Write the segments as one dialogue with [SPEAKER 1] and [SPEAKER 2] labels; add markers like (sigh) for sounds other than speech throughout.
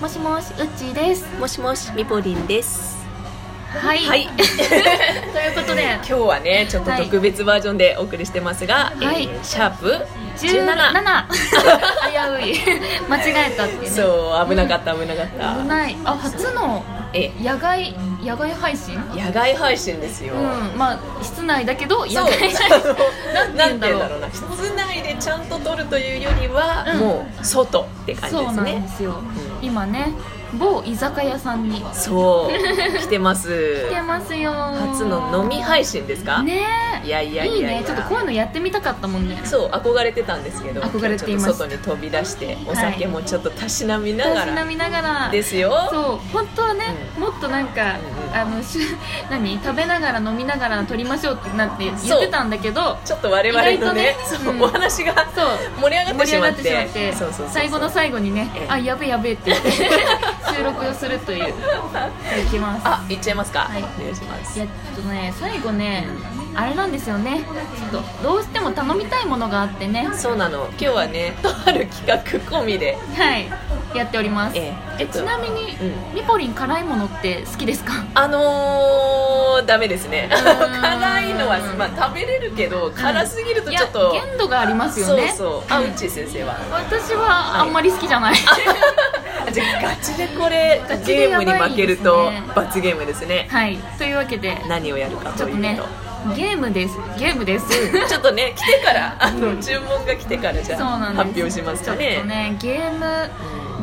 [SPEAKER 1] もしもしうっちーです
[SPEAKER 2] もしもしみぽりんです
[SPEAKER 1] はい、
[SPEAKER 2] はい
[SPEAKER 1] ということで
[SPEAKER 2] 今日はねちょっと特別バージョンでお送りしてますが、
[SPEAKER 1] はい
[SPEAKER 2] えーシャープ
[SPEAKER 1] 17
[SPEAKER 2] 17
[SPEAKER 1] (laughs) 危うい (laughs) 間違えたっていうね
[SPEAKER 2] そう危なかった危なかっ
[SPEAKER 1] 危
[SPEAKER 2] た、
[SPEAKER 1] ないあ初の
[SPEAKER 2] え
[SPEAKER 1] 野外野外配信
[SPEAKER 2] え野外配信ですよ、
[SPEAKER 1] うんまあ室内だけど野
[SPEAKER 2] そう
[SPEAKER 1] 外配信
[SPEAKER 2] あの (laughs) なんて言うんだろうな室内でちゃんと撮るというよりは、
[SPEAKER 1] うん
[SPEAKER 2] もう外って感じ
[SPEAKER 1] そう
[SPEAKER 2] です
[SPEAKER 1] なんで
[SPEAKER 2] ね
[SPEAKER 1] すよ
[SPEAKER 2] うん
[SPEAKER 1] 今ね某居酒屋さんに
[SPEAKER 2] そう来てます
[SPEAKER 1] 来てますよ
[SPEAKER 2] 初の飲み配信ですか、
[SPEAKER 1] ね
[SPEAKER 2] いやい
[SPEAKER 1] え
[SPEAKER 2] や
[SPEAKER 1] い
[SPEAKER 2] い
[SPEAKER 1] い
[SPEAKER 2] やいや
[SPEAKER 1] ねちょっとこういうのやってみたかったもんね
[SPEAKER 2] そう憧れてたんですけど
[SPEAKER 1] 憧れています
[SPEAKER 2] 今日ちょっと外に飛び出してお酒もちょっとたしなみなが
[SPEAKER 1] 私
[SPEAKER 2] ら
[SPEAKER 1] 飲みながら
[SPEAKER 2] ですよ、
[SPEAKER 1] そう本当はね、もっとなんか、
[SPEAKER 2] うんうん
[SPEAKER 1] あのしゅ (laughs) 何食べながら飲みながら撮りましょうってなって言ってたんだけど
[SPEAKER 2] ちょっと我々
[SPEAKER 1] 意外と
[SPEAKER 2] のね
[SPEAKER 1] ね
[SPEAKER 2] そう
[SPEAKER 1] うん
[SPEAKER 2] お話が
[SPEAKER 1] そう
[SPEAKER 2] 盛り上がっ
[SPEAKER 1] 盛
[SPEAKER 2] て
[SPEAKER 1] り
[SPEAKER 2] し
[SPEAKER 1] 上
[SPEAKER 2] ま
[SPEAKER 1] が
[SPEAKER 2] っ
[SPEAKER 1] っててしまって
[SPEAKER 2] そうそうそう
[SPEAKER 1] 最後の最後にね
[SPEAKER 2] え
[SPEAKER 1] 「
[SPEAKER 2] え
[SPEAKER 1] あやべやべ」って言って (laughs) 収録をするというじゃあいきます
[SPEAKER 2] あ行っちゃいますか、
[SPEAKER 1] はい
[SPEAKER 2] お願いします
[SPEAKER 1] いやちょっとね最後ねあれなんですよねちょっとどうしても頼みたいものがあってね
[SPEAKER 2] そうなの今日はねとある企画込みで
[SPEAKER 1] はいやっております
[SPEAKER 2] え
[SPEAKER 1] え
[SPEAKER 2] え
[SPEAKER 1] ちなみに
[SPEAKER 2] うん
[SPEAKER 1] ミポリン辛いものって好きですか
[SPEAKER 2] あのー、ダメですね
[SPEAKER 1] ーん
[SPEAKER 2] 辛いのは、まあ、食べれるけど辛すぎるとちょっ
[SPEAKER 1] いや
[SPEAKER 2] と、
[SPEAKER 1] 限度がありますよね
[SPEAKER 2] そうそうあうち先生は
[SPEAKER 1] 私はあんまり好きじゃない、
[SPEAKER 2] あじゃあガチでこれ
[SPEAKER 1] ガチで
[SPEAKER 2] ゲー
[SPEAKER 1] やば
[SPEAKER 2] ム
[SPEAKER 1] い
[SPEAKER 2] に負けると
[SPEAKER 1] ですね
[SPEAKER 2] 罰ゲームですね
[SPEAKER 1] はい、というわけで
[SPEAKER 2] 何をやるか
[SPEAKER 1] ち
[SPEAKER 2] と
[SPEAKER 1] ょっ
[SPEAKER 2] い
[SPEAKER 1] と
[SPEAKER 2] う
[SPEAKER 1] ね
[SPEAKER 2] と
[SPEAKER 1] ゲームですゲームですそう
[SPEAKER 2] ちょっとね来てからあの注文が来てからじゃあ
[SPEAKER 1] なんです
[SPEAKER 2] 発表します
[SPEAKER 1] ち
[SPEAKER 2] か
[SPEAKER 1] ょっと
[SPEAKER 2] ね
[SPEAKER 1] ねゲーム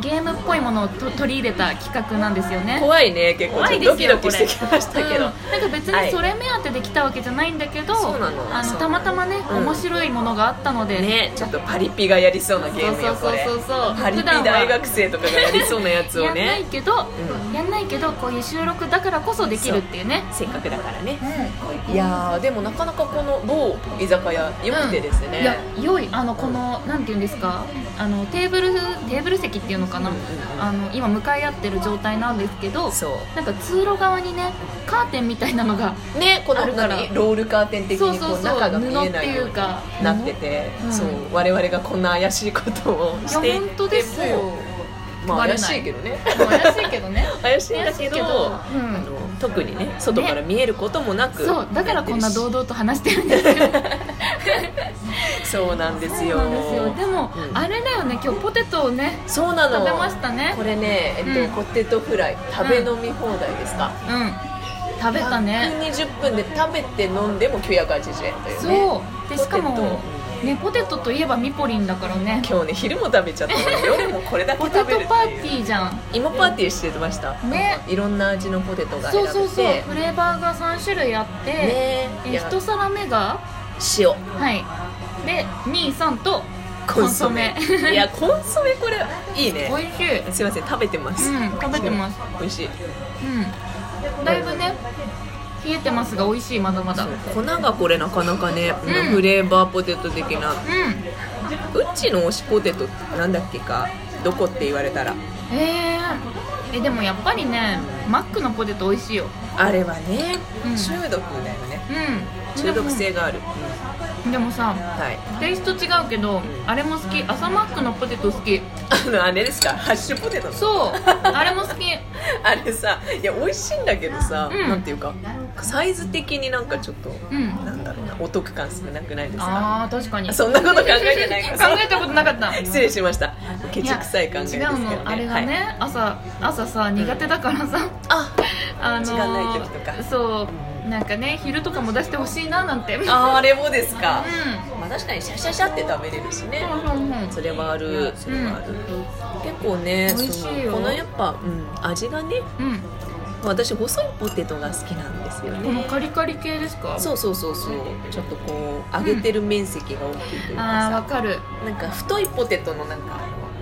[SPEAKER 1] ゲームっぽいものをと取り入れた企画なんですよね
[SPEAKER 2] 怖いね結構
[SPEAKER 1] 怖
[SPEAKER 2] ちょ
[SPEAKER 1] い
[SPEAKER 2] っ
[SPEAKER 1] で
[SPEAKER 2] と
[SPEAKER 1] すよ
[SPEAKER 2] ドキドキしてきまし
[SPEAKER 1] う
[SPEAKER 2] た
[SPEAKER 1] ん、
[SPEAKER 2] けど、
[SPEAKER 1] なんか別
[SPEAKER 2] は
[SPEAKER 1] に
[SPEAKER 2] い
[SPEAKER 1] それ目当てで来たわけじゃないんだけど、
[SPEAKER 2] そうなの
[SPEAKER 1] あ
[SPEAKER 2] そう
[SPEAKER 1] のた
[SPEAKER 2] なの
[SPEAKER 1] またまね、
[SPEAKER 2] うん
[SPEAKER 1] 面白いものがあったので
[SPEAKER 2] ねちょっとパリピがやりそうなゲームよこれ
[SPEAKER 1] そうそうそうそう
[SPEAKER 2] パリピ
[SPEAKER 1] 普段は
[SPEAKER 2] 大学生とかがやりそうなやつ
[SPEAKER 1] や
[SPEAKER 2] を
[SPEAKER 1] んない
[SPEAKER 2] ね
[SPEAKER 1] けど、
[SPEAKER 2] う
[SPEAKER 1] やんないけどこういう収録だからこそできるっていうね
[SPEAKER 2] せっかくだからね
[SPEAKER 1] う
[SPEAKER 2] いやーでもなかなかこの某居酒屋良くてですね、
[SPEAKER 1] いや良いあのこのなんていうんですかあのテーブルテーブル席っていうのかな、
[SPEAKER 2] うんうんうん
[SPEAKER 1] あの今向かい合ってる状態なんですけど
[SPEAKER 2] そ
[SPEAKER 1] なんか通路側にねカーテンみたいなのが
[SPEAKER 2] うねこの
[SPEAKER 1] あるから
[SPEAKER 2] 何ロールカーテン的に
[SPEAKER 1] そうそう
[SPEAKER 2] こう
[SPEAKER 1] そう
[SPEAKER 2] 中が見えないよう
[SPEAKER 1] 布っていう
[SPEAKER 2] に
[SPEAKER 1] か
[SPEAKER 2] なってて
[SPEAKER 1] うん
[SPEAKER 2] そう我々がこんな怪しいことを
[SPEAKER 1] い
[SPEAKER 2] し
[SPEAKER 1] や
[SPEAKER 2] ていて
[SPEAKER 1] 本当ですよ
[SPEAKER 2] もまあ
[SPEAKER 1] バレない
[SPEAKER 2] 怪しいけどね
[SPEAKER 1] 怪しいけどね
[SPEAKER 2] (laughs) 怪しいんだ
[SPEAKER 1] 怪
[SPEAKER 2] けど
[SPEAKER 1] しいけどうん
[SPEAKER 2] あの特にね外から見えることもなく、
[SPEAKER 1] そうだからこんな堂
[SPEAKER 2] う
[SPEAKER 1] 々と話してるんですよ
[SPEAKER 2] そうなんですよ
[SPEAKER 1] そうなんですよでも、
[SPEAKER 2] うん
[SPEAKER 1] あれだよね今日ポテトをね
[SPEAKER 2] そうなの
[SPEAKER 1] 食べましたね
[SPEAKER 2] これね、えっと
[SPEAKER 1] うん
[SPEAKER 2] ポテトフライ食べ飲み放題ですか、
[SPEAKER 1] うん食べたね
[SPEAKER 2] 120分で食べて飲んでも980円というね
[SPEAKER 1] そうでしか
[SPEAKER 2] ポテ
[SPEAKER 1] もねポテトといえばミポリンだからね
[SPEAKER 2] ト今日ね昼も食べちゃったの
[SPEAKER 1] (laughs)
[SPEAKER 2] に夜もこれだけ
[SPEAKER 1] ポテト
[SPEAKER 2] 食
[SPEAKER 1] パ
[SPEAKER 2] べるっていう
[SPEAKER 1] ーティーじゃん
[SPEAKER 2] 芋パーティーしてました
[SPEAKER 1] ね
[SPEAKER 2] いろんな味のポテトが
[SPEAKER 1] そう
[SPEAKER 2] 選べて
[SPEAKER 1] そうそうフレーバーが3種類あって、
[SPEAKER 2] ね
[SPEAKER 1] え
[SPEAKER 2] いや
[SPEAKER 1] 1皿目が
[SPEAKER 2] 塩
[SPEAKER 1] はいで23と
[SPEAKER 2] コンソメ
[SPEAKER 1] コンソメ
[SPEAKER 2] いやコンソメこれいいね
[SPEAKER 1] 美味しい
[SPEAKER 2] すいません食べてます、
[SPEAKER 1] うん食べてます
[SPEAKER 2] 美味しい
[SPEAKER 1] うんだいぶね冷えてますが美味しいまだまだうん
[SPEAKER 2] 粉がこれなかなかね、
[SPEAKER 1] うん
[SPEAKER 2] フレーバーポテト的なうちの推しポテトってなんだっけかどこって言われたら
[SPEAKER 1] えー、えでもやっぱりねマックのポテト美味しいよ
[SPEAKER 2] あれはね、
[SPEAKER 1] うん
[SPEAKER 2] 中毒だよね
[SPEAKER 1] うん
[SPEAKER 2] 中毒性がある、うん
[SPEAKER 1] でもさ
[SPEAKER 2] はい
[SPEAKER 1] テイスト違うけどあれも好き朝マックのポテト好き
[SPEAKER 2] あのあれですかハッシュポテトの (laughs)
[SPEAKER 1] そうあれも好き
[SPEAKER 2] あれさいや美味しいんだけどさ、
[SPEAKER 1] うん
[SPEAKER 2] なんていうかサイズ的になんかちょっと、
[SPEAKER 1] うん
[SPEAKER 2] なんだろうなお得感少なくないですか
[SPEAKER 1] あー確かに
[SPEAKER 2] そんなこと考えてないから
[SPEAKER 1] 考えたことなかった
[SPEAKER 2] 失礼しましたケチくさい考えですけ
[SPEAKER 1] 違う
[SPEAKER 2] どね
[SPEAKER 1] のあれがね、
[SPEAKER 2] はい
[SPEAKER 1] 朝朝さ苦手だからさ、
[SPEAKER 2] あ
[SPEAKER 1] あのー
[SPEAKER 2] 時間ない時とか
[SPEAKER 1] そうなんかね昼とかも出してほしいななんてうんそう
[SPEAKER 2] ああれもですか、
[SPEAKER 1] う
[SPEAKER 2] まあ、確かにシャシャシャって食べれるしね、
[SPEAKER 1] そう
[SPEAKER 2] それはあるそれはある、結構ね
[SPEAKER 1] 美味しいよ
[SPEAKER 2] そのこのやっぱ、うん、味がね
[SPEAKER 1] そううん
[SPEAKER 2] 私細いポテトが好きなんですよ
[SPEAKER 1] この
[SPEAKER 2] ね
[SPEAKER 1] カリカリ系ですか
[SPEAKER 2] そうそうそうそうちょっとこう揚げてる面積が大きいというか
[SPEAKER 1] あーわ
[SPEAKER 2] さ、
[SPEAKER 1] かる
[SPEAKER 2] なんか太いポテトのなんか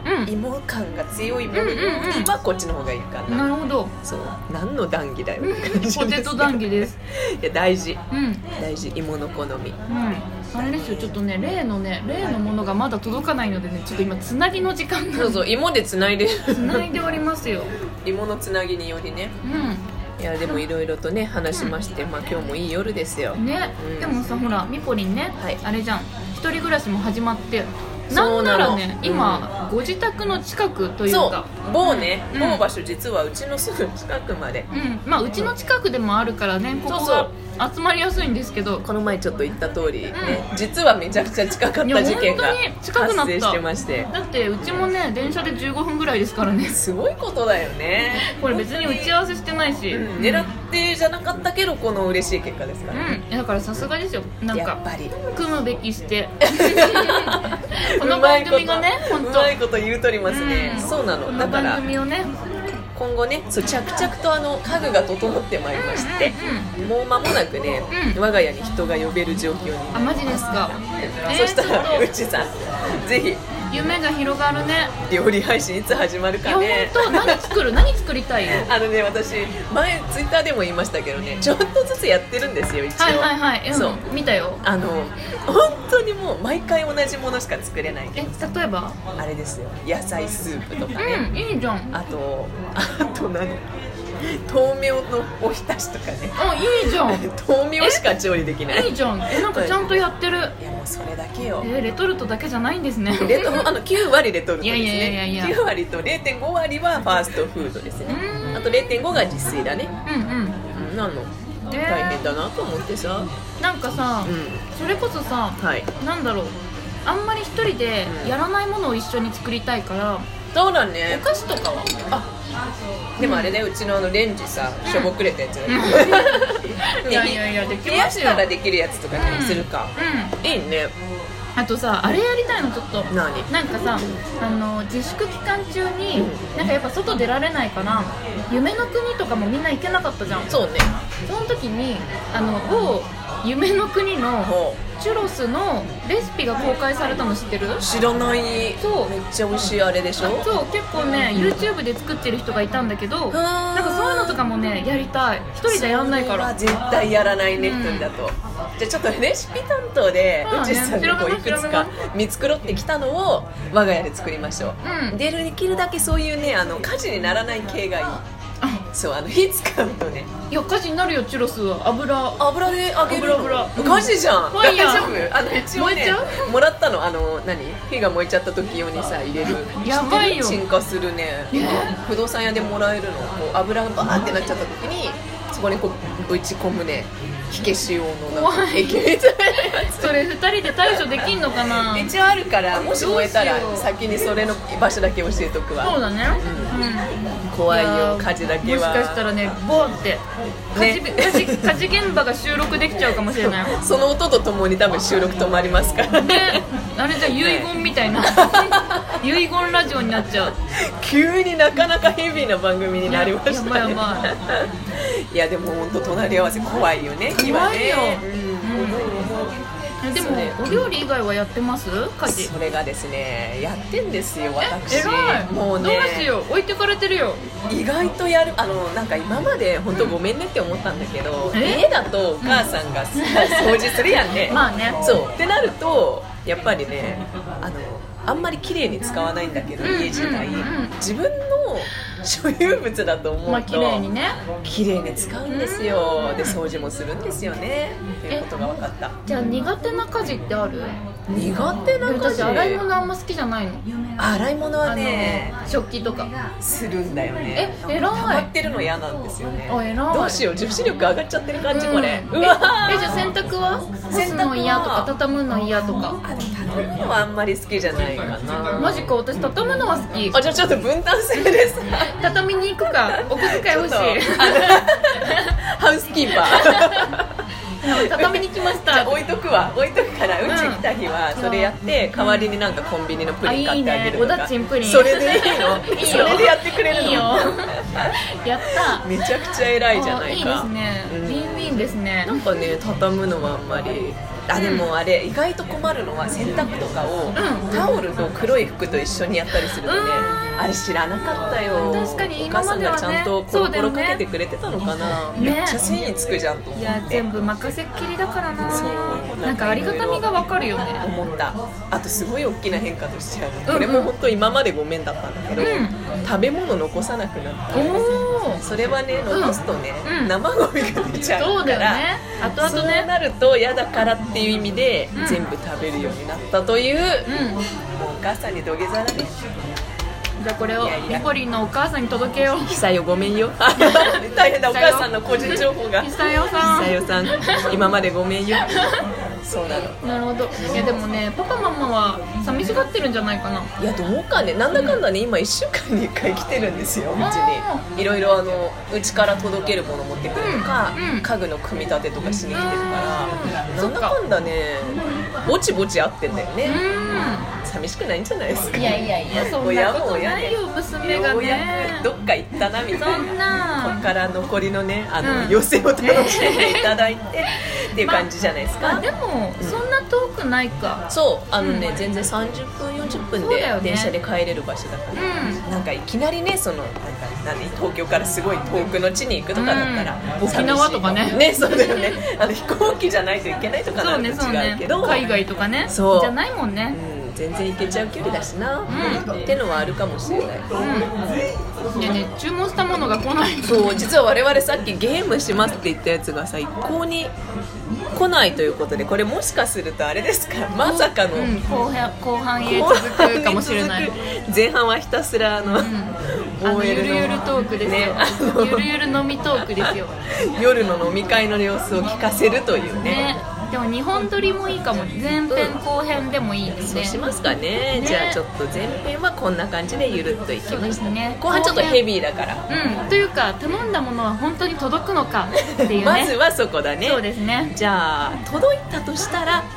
[SPEAKER 2] あ
[SPEAKER 1] う
[SPEAKER 2] の
[SPEAKER 1] ん
[SPEAKER 2] 芋感が強いもの
[SPEAKER 1] うんうんうん
[SPEAKER 2] はこっちの方がいいかな、
[SPEAKER 1] なるほど
[SPEAKER 2] そう何の談義だよ
[SPEAKER 1] ポテト談義です
[SPEAKER 2] (laughs) いや大事
[SPEAKER 1] うんうん
[SPEAKER 2] 大事芋の好み
[SPEAKER 1] あれですよちょっとね例のね例のものがまだ届かないのでねちょっと今つなぎの時間
[SPEAKER 2] そうそう芋でつないで
[SPEAKER 1] つないでおりますよ
[SPEAKER 2] 芋のつなぎによりね
[SPEAKER 1] う
[SPEAKER 2] いやでもいろいろとね話しまして、まあ今日もいい夜ですよ
[SPEAKER 1] んね、
[SPEAKER 2] うん
[SPEAKER 1] でもさほらみぽりんね、
[SPEAKER 2] はい
[SPEAKER 1] あれじゃん一人暮らしも始まってな
[SPEAKER 2] そ
[SPEAKER 1] ん
[SPEAKER 2] う
[SPEAKER 1] な
[SPEAKER 2] なの
[SPEAKER 1] らね今、ご自宅の近くという
[SPEAKER 2] そう
[SPEAKER 1] か
[SPEAKER 2] 某ね、
[SPEAKER 1] うん
[SPEAKER 2] 某場所実はうちのすぐ近くまで
[SPEAKER 1] うんまあうちの近くでもあるからねここ
[SPEAKER 2] そう
[SPEAKER 1] が集まりやすいんですけど
[SPEAKER 2] この前ちょっと言った通り、ね実はめちゃくちゃ近かっ
[SPEAKER 1] いや
[SPEAKER 2] た事件が
[SPEAKER 1] 本当に近くなった
[SPEAKER 2] 発生してまして
[SPEAKER 1] だってうちもね電車で15分ぐらいです
[SPEAKER 2] (laughs)
[SPEAKER 1] からね
[SPEAKER 2] すごいことだよね
[SPEAKER 1] これ別に打ち合わせしてないし、
[SPEAKER 2] うん狙ってじゃなかったけどこの嬉しい結果ですから、
[SPEAKER 1] うんいやだからさすがですよなん
[SPEAKER 2] や
[SPEAKER 1] か
[SPEAKER 2] っぱり
[SPEAKER 1] 組むべきして
[SPEAKER 2] (laughs)
[SPEAKER 1] この番組がね
[SPEAKER 2] うま
[SPEAKER 1] 本
[SPEAKER 2] いこと
[SPEAKER 1] 当
[SPEAKER 2] うまいこと言うとりますね、
[SPEAKER 1] うん
[SPEAKER 2] そうな
[SPEAKER 1] こ
[SPEAKER 2] のだ
[SPEAKER 1] の
[SPEAKER 2] か
[SPEAKER 1] 番
[SPEAKER 2] ら
[SPEAKER 1] 組をね
[SPEAKER 2] 今後ねそう着々とあの家具が整ってまいりまして、もう間もなくね、
[SPEAKER 1] うん
[SPEAKER 2] 我が家に人が呼べる状況に
[SPEAKER 1] あマジですかえー
[SPEAKER 2] そした
[SPEAKER 1] ちょ
[SPEAKER 2] ら
[SPEAKER 1] っと
[SPEAKER 2] うちさんぜひ
[SPEAKER 1] 夢が広がるね
[SPEAKER 2] 料理配信いつ始まる
[SPEAKER 1] いや
[SPEAKER 2] か
[SPEAKER 1] 本
[SPEAKER 2] ね
[SPEAKER 1] 当何作る何作りたい (laughs) よ
[SPEAKER 2] (laughs) あのね私前ツイッターでも言いましたけどねちょっとずつやってるんですよ一応
[SPEAKER 1] はいはいはい、うん、
[SPEAKER 2] そう
[SPEAKER 1] 見たよ
[SPEAKER 2] あの本当にもう毎回同じものしか作れない
[SPEAKER 1] え例えば
[SPEAKER 2] あれですよ野菜スープとかね、
[SPEAKER 1] うんいいじゃん
[SPEAKER 2] あとあと何豆苗のおひたしとかね
[SPEAKER 1] あいいじゃ (laughs) ん
[SPEAKER 2] 豆苗しか調理できな
[SPEAKER 1] い
[SPEAKER 2] い
[SPEAKER 1] いじゃんえなんかちゃんとやってる
[SPEAKER 2] いやもうそれだけよ
[SPEAKER 1] えーレトルトだけじゃないんですね
[SPEAKER 2] レトあの9割レトルトですね
[SPEAKER 1] いやいやいやいや
[SPEAKER 2] 9割と0.5割はファーストフードですね
[SPEAKER 1] うん
[SPEAKER 2] あと0.5が自炊だ
[SPEAKER 1] (laughs)
[SPEAKER 2] ね
[SPEAKER 1] うんうん
[SPEAKER 2] うんなの
[SPEAKER 1] えー
[SPEAKER 2] 大変だなと思ってさ
[SPEAKER 1] なんかさ
[SPEAKER 2] うん
[SPEAKER 1] それこそさ
[SPEAKER 2] はい
[SPEAKER 1] なんだろうあんまり一人でやらないものを一緒に作りたいから
[SPEAKER 2] そうだ
[SPEAKER 1] お
[SPEAKER 2] ね
[SPEAKER 1] 菓子とかは
[SPEAKER 2] でもあれねうちのあのレンジさしょぼくれたやつね
[SPEAKER 1] いやいやいやでき
[SPEAKER 2] 冷や
[SPEAKER 1] ま
[SPEAKER 2] し
[SPEAKER 1] す
[SPEAKER 2] た
[SPEAKER 1] よ
[SPEAKER 2] らできるやつとかにするか
[SPEAKER 1] うん
[SPEAKER 2] いいね
[SPEAKER 1] あとさあれやりたいのちょっと
[SPEAKER 2] 何
[SPEAKER 1] なんかさあの自粛期間中に
[SPEAKER 2] うん
[SPEAKER 1] なんかやっぱ外出られないから夢の国とかもみんな行けなかったじゃんそ
[SPEAKER 2] そうね
[SPEAKER 1] の時にあの某夢の国の
[SPEAKER 2] も
[SPEAKER 1] チュロスのレシピが公開されたの知ってる
[SPEAKER 2] う知らない
[SPEAKER 1] そう
[SPEAKER 2] めっちゃ美味しいあれでしょ
[SPEAKER 1] あそう結構ね YouTube で作ってる人がいたんだけどなん
[SPEAKER 2] な
[SPEAKER 1] かそういうのとかもねやりたい一人じゃやんないから
[SPEAKER 2] 絶対やらないね、
[SPEAKER 1] うん
[SPEAKER 2] 一人だとじゃあちょっとレシピ担当で
[SPEAKER 1] そう
[SPEAKER 2] う
[SPEAKER 1] だ
[SPEAKER 2] ち
[SPEAKER 1] ね
[SPEAKER 2] さんのこういく
[SPEAKER 1] 調
[SPEAKER 2] つ
[SPEAKER 1] べま
[SPEAKER 2] か
[SPEAKER 1] す
[SPEAKER 2] 見繕ってきたのを我が家で作りましょう、
[SPEAKER 1] うん
[SPEAKER 2] でできるだけそういうねあの火事にならない系がいい
[SPEAKER 1] あ
[SPEAKER 2] そうあの火使うとね
[SPEAKER 1] いや火事になるよチュロスは油
[SPEAKER 2] 油で揚
[SPEAKER 1] げ
[SPEAKER 2] げ
[SPEAKER 1] る
[SPEAKER 2] る
[SPEAKER 1] の
[SPEAKER 2] 火事じゃん
[SPEAKER 1] ファ
[SPEAKER 2] 大
[SPEAKER 1] イヤー
[SPEAKER 2] 丈夫あの一応
[SPEAKER 1] 燃え
[SPEAKER 2] ね
[SPEAKER 1] ちゃ
[SPEAKER 2] もらったのあの何火が燃えちゃった時用にさ入れる
[SPEAKER 1] やばいよ
[SPEAKER 2] 知ってる沈下するね不動産屋でもらえるのこう油がバーってなっちゃった時にそこにこう打ち込むね火消し用のなんか
[SPEAKER 1] 怖い
[SPEAKER 2] 液みたいなやつ
[SPEAKER 1] それ二人で対処できんのか (laughs) な
[SPEAKER 2] 一応あるからもし燃えたら
[SPEAKER 1] どうしよう
[SPEAKER 2] 先にそれの場所だけ教えとく
[SPEAKER 1] そう
[SPEAKER 2] わ
[SPEAKER 1] だねうん
[SPEAKER 2] 怖い
[SPEAKER 1] や
[SPEAKER 2] よ
[SPEAKER 1] ー
[SPEAKER 2] 火事だけは
[SPEAKER 1] もしかしたらねボーって火事,、
[SPEAKER 2] ね
[SPEAKER 1] 火事火事現場が収録できちゃうかもしれない
[SPEAKER 2] (laughs) その音とともに多分収録止まりますから
[SPEAKER 1] で
[SPEAKER 2] ね
[SPEAKER 1] あれじゃ遺言みた
[SPEAKER 2] (laughs)
[SPEAKER 1] いな遺言ラジオになっちゃう
[SPEAKER 2] 急になかなかヘビーな番組になりましたね
[SPEAKER 1] ややばいや
[SPEAKER 2] いやでも本当隣り合わせ怖いよね今
[SPEAKER 1] 怖い
[SPEAKER 2] ね
[SPEAKER 1] よ
[SPEAKER 2] うん思う思う
[SPEAKER 1] えでも
[SPEAKER 2] それ
[SPEAKER 1] お料理以外はやってます家事
[SPEAKER 2] それがですねやってんですよ私
[SPEAKER 1] えらい
[SPEAKER 2] もうね
[SPEAKER 1] どうしよう置いてかれてるよ
[SPEAKER 2] 意外とやるあのなんか今まで本当ごめんねって思ったんだけど、
[SPEAKER 1] え
[SPEAKER 2] 家だとお母さんがさ掃除するやんね
[SPEAKER 1] (laughs) まあね
[SPEAKER 2] そうってなるとやっぱりねあのあんまり綺麗に使わないんだけど、
[SPEAKER 1] うん
[SPEAKER 2] 家自体、
[SPEAKER 1] うんうん
[SPEAKER 2] 自分の所有物だと思うと、
[SPEAKER 1] まあ綺麗にね
[SPEAKER 2] 綺麗に使うんですよ
[SPEAKER 1] うん
[SPEAKER 2] で掃除もするんですよねっていうことが分かった
[SPEAKER 1] じゃあ苦手な家事ってある
[SPEAKER 2] 苦手な家
[SPEAKER 1] 私
[SPEAKER 2] 事
[SPEAKER 1] 洗い物あんま好きじゃないの
[SPEAKER 2] 洗い物は
[SPEAKER 1] あ
[SPEAKER 2] ね
[SPEAKER 1] の食器とか
[SPEAKER 2] するんだよね
[SPEAKER 1] え偉い
[SPEAKER 2] 溜まってるの嫌なんですよね
[SPEAKER 1] あ偉い
[SPEAKER 2] どうしよう女子力上がっちゃってる感じこれ、
[SPEAKER 1] う
[SPEAKER 2] うん
[SPEAKER 1] え
[SPEAKER 2] わ
[SPEAKER 1] えじゃあ洗濯は干
[SPEAKER 2] 洗濯は
[SPEAKER 1] すの嫌とか畳むの嫌とか
[SPEAKER 2] 畳むのはあんまり好きじゃないかな
[SPEAKER 1] マジか私畳むのは好き
[SPEAKER 2] あじゃあちょっと分担するです
[SPEAKER 1] 畳みに行くかお小遣い欲しい (laughs)
[SPEAKER 2] ハウスキーパー
[SPEAKER 1] 畳みに来まし
[SPEAKER 2] (laughs) じゃ
[SPEAKER 1] た
[SPEAKER 2] あ置いとくわ置いとくからうち来た日はそれやって、代わりになんかコンビニのプリン買ってあげるとか
[SPEAKER 1] あいいねおだちんプリン
[SPEAKER 2] それでいい
[SPEAKER 1] い
[SPEAKER 2] の
[SPEAKER 1] いよ
[SPEAKER 2] それでやってくれるの
[SPEAKER 1] いいよ (laughs) やった
[SPEAKER 2] めちゃくちゃ偉いじゃな
[SPEAKER 1] あ
[SPEAKER 2] いか
[SPEAKER 1] いいですね
[SPEAKER 2] うん
[SPEAKER 1] ウィンウィンですね
[SPEAKER 2] なんかね畳むのはあんまりあでもあれ意外と困るのは洗濯とかを、
[SPEAKER 1] ん
[SPEAKER 2] タオルと黒い服と一緒にやったりするとね
[SPEAKER 1] うーん
[SPEAKER 2] あれ知らなかったよ
[SPEAKER 1] 確かに
[SPEAKER 2] お母さん
[SPEAKER 1] 今ま
[SPEAKER 2] が
[SPEAKER 1] で
[SPEAKER 2] ち
[SPEAKER 1] はね
[SPEAKER 2] ゃんと
[SPEAKER 1] そ
[SPEAKER 2] 心
[SPEAKER 1] うだよね
[SPEAKER 2] かけてくれてたのかな、
[SPEAKER 1] ね
[SPEAKER 2] めっちゃ繊維つくじゃんと思
[SPEAKER 1] い
[SPEAKER 2] っ
[SPEAKER 1] や
[SPEAKER 2] て
[SPEAKER 1] 全部任せっきりだからな
[SPEAKER 2] そう
[SPEAKER 1] なんかありがたみがわかるよね
[SPEAKER 2] 思ったあとすごい大きな変化としてはね
[SPEAKER 1] うん
[SPEAKER 2] これも本当今までごめんだったんだけど、
[SPEAKER 1] う
[SPEAKER 2] 食べ物残さなくなった
[SPEAKER 1] おお
[SPEAKER 2] それはね残すとね、
[SPEAKER 1] うん
[SPEAKER 2] 生ゴミが出ちゃうから
[SPEAKER 1] そうだよね後
[SPEAKER 2] そう
[SPEAKER 1] 々ね
[SPEAKER 2] なると嫌だからっていう意味で、
[SPEAKER 1] うん
[SPEAKER 2] 全部食べるようになったという、
[SPEAKER 1] うん
[SPEAKER 2] もう母さんに土下座だね
[SPEAKER 1] じゃあこれ
[SPEAKER 2] い
[SPEAKER 1] を
[SPEAKER 2] やいや
[SPEAKER 1] ニコリンのお母さんに届けよう
[SPEAKER 3] 被災よごめん
[SPEAKER 1] (laughs)
[SPEAKER 3] よ
[SPEAKER 2] 大変だお母さんの個人情報が
[SPEAKER 1] 久代さ
[SPEAKER 3] 被
[SPEAKER 1] ん
[SPEAKER 3] 災よさん今までご
[SPEAKER 1] (laughs)
[SPEAKER 3] めんよ
[SPEAKER 2] そうな
[SPEAKER 1] な
[SPEAKER 2] の
[SPEAKER 1] るほどいやでもねパパママは寂しがってるんじゃないかない
[SPEAKER 2] やどうかねなんだかんだね今1週間に1回来てるんですようち
[SPEAKER 1] あ
[SPEAKER 2] にいろいろあのうちから届けるもの持ってくるとか、
[SPEAKER 1] うんうん
[SPEAKER 2] 家具の組み立てとかしに来てるから、
[SPEAKER 1] うん
[SPEAKER 2] なんだかんだねぼちぼち合ってんだよ
[SPEAKER 1] う
[SPEAKER 2] ね、
[SPEAKER 1] ん
[SPEAKER 2] 寂しくないんじゃないですか
[SPEAKER 1] いやいやいやそん
[SPEAKER 2] 親
[SPEAKER 1] なこ
[SPEAKER 2] も
[SPEAKER 1] と
[SPEAKER 2] 親
[SPEAKER 1] な
[SPEAKER 2] で
[SPEAKER 1] いよ娘が
[SPEAKER 2] ようや
[SPEAKER 1] ね
[SPEAKER 2] くどっか行ったなみた
[SPEAKER 1] そ
[SPEAKER 2] い
[SPEAKER 1] ん
[SPEAKER 2] なこ
[SPEAKER 1] な
[SPEAKER 2] こから残りのねあの、
[SPEAKER 1] うん
[SPEAKER 2] 寄せを楽しんでいただ
[SPEAKER 1] (laughs)
[SPEAKER 2] いてっていう感じじゃないですか、
[SPEAKER 1] まあでもそんな遠くないか
[SPEAKER 2] そうあのね、
[SPEAKER 1] うん
[SPEAKER 2] 全然30分40分
[SPEAKER 1] そう
[SPEAKER 2] で
[SPEAKER 1] だよね
[SPEAKER 2] 電車で帰れる場所だから
[SPEAKER 1] う
[SPEAKER 2] なんかいきなりねそのなんか何東京からすごい遠くの地に行くとかだったら、
[SPEAKER 1] うん
[SPEAKER 2] 寂しい
[SPEAKER 1] 沖縄とかね
[SPEAKER 2] ねそうだよねあの飛行機じゃないといけないとか
[SPEAKER 1] そ
[SPEAKER 2] な
[SPEAKER 1] うんね
[SPEAKER 2] と
[SPEAKER 1] そう
[SPEAKER 2] 違
[SPEAKER 1] ね
[SPEAKER 2] うけど
[SPEAKER 1] 海外とかねじ
[SPEAKER 2] そう
[SPEAKER 1] ゃないもんね
[SPEAKER 2] うん、全然行けちゃう距離だしな、
[SPEAKER 1] うん
[SPEAKER 2] ってのはあるかもしれない
[SPEAKER 1] うんでね注文したものが来ない
[SPEAKER 2] そう実は我々さっきゲームしますって言ったやつがさ一向に来ないということでこれもしかするとあれですかまさかの、
[SPEAKER 1] うん後半後半へ続くかもしれない
[SPEAKER 2] 後半に続く前半はひたすらあの、
[SPEAKER 1] あのゆ
[SPEAKER 2] OL
[SPEAKER 1] る
[SPEAKER 2] の
[SPEAKER 1] ゆるトークですよ、
[SPEAKER 2] ねあの
[SPEAKER 1] ゆるゆる飲みトークですよ
[SPEAKER 2] 夜の飲み会の様子を聞かせるというね
[SPEAKER 1] ねでも日本撮りもいいかも前編後編でもいいです
[SPEAKER 2] そう
[SPEAKER 1] ね
[SPEAKER 2] しますかね
[SPEAKER 1] ね
[SPEAKER 2] じゃあちょっと前編はこんな感じでゆるっといき
[SPEAKER 1] そう
[SPEAKER 2] ま
[SPEAKER 1] で
[SPEAKER 2] し
[SPEAKER 1] す
[SPEAKER 2] た
[SPEAKER 1] ね
[SPEAKER 2] 後半ちょっとヘビーだから、
[SPEAKER 1] うんというか頼んだものは本当に届くのかっていうね
[SPEAKER 2] まずはそこだね
[SPEAKER 1] そうですね
[SPEAKER 2] じゃあ届いたとした
[SPEAKER 1] う
[SPEAKER 2] ら
[SPEAKER 1] ん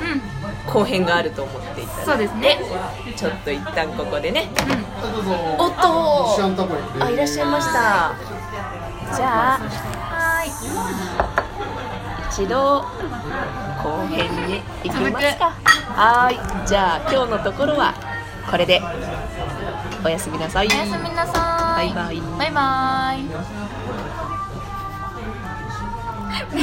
[SPEAKER 2] 後編があると思っていた
[SPEAKER 1] そ
[SPEAKER 2] だ
[SPEAKER 1] うですね
[SPEAKER 2] いてちょっと一旦ここでね
[SPEAKER 4] お
[SPEAKER 2] おっと
[SPEAKER 4] あ
[SPEAKER 2] あいらっしゃいましたじゃあ
[SPEAKER 1] はーい
[SPEAKER 2] 一度後編に行きますかはーいじゃあ今日のところはこれでおやすみなさい
[SPEAKER 1] おやすみなさーい
[SPEAKER 2] バイバイ
[SPEAKER 1] バイバーイ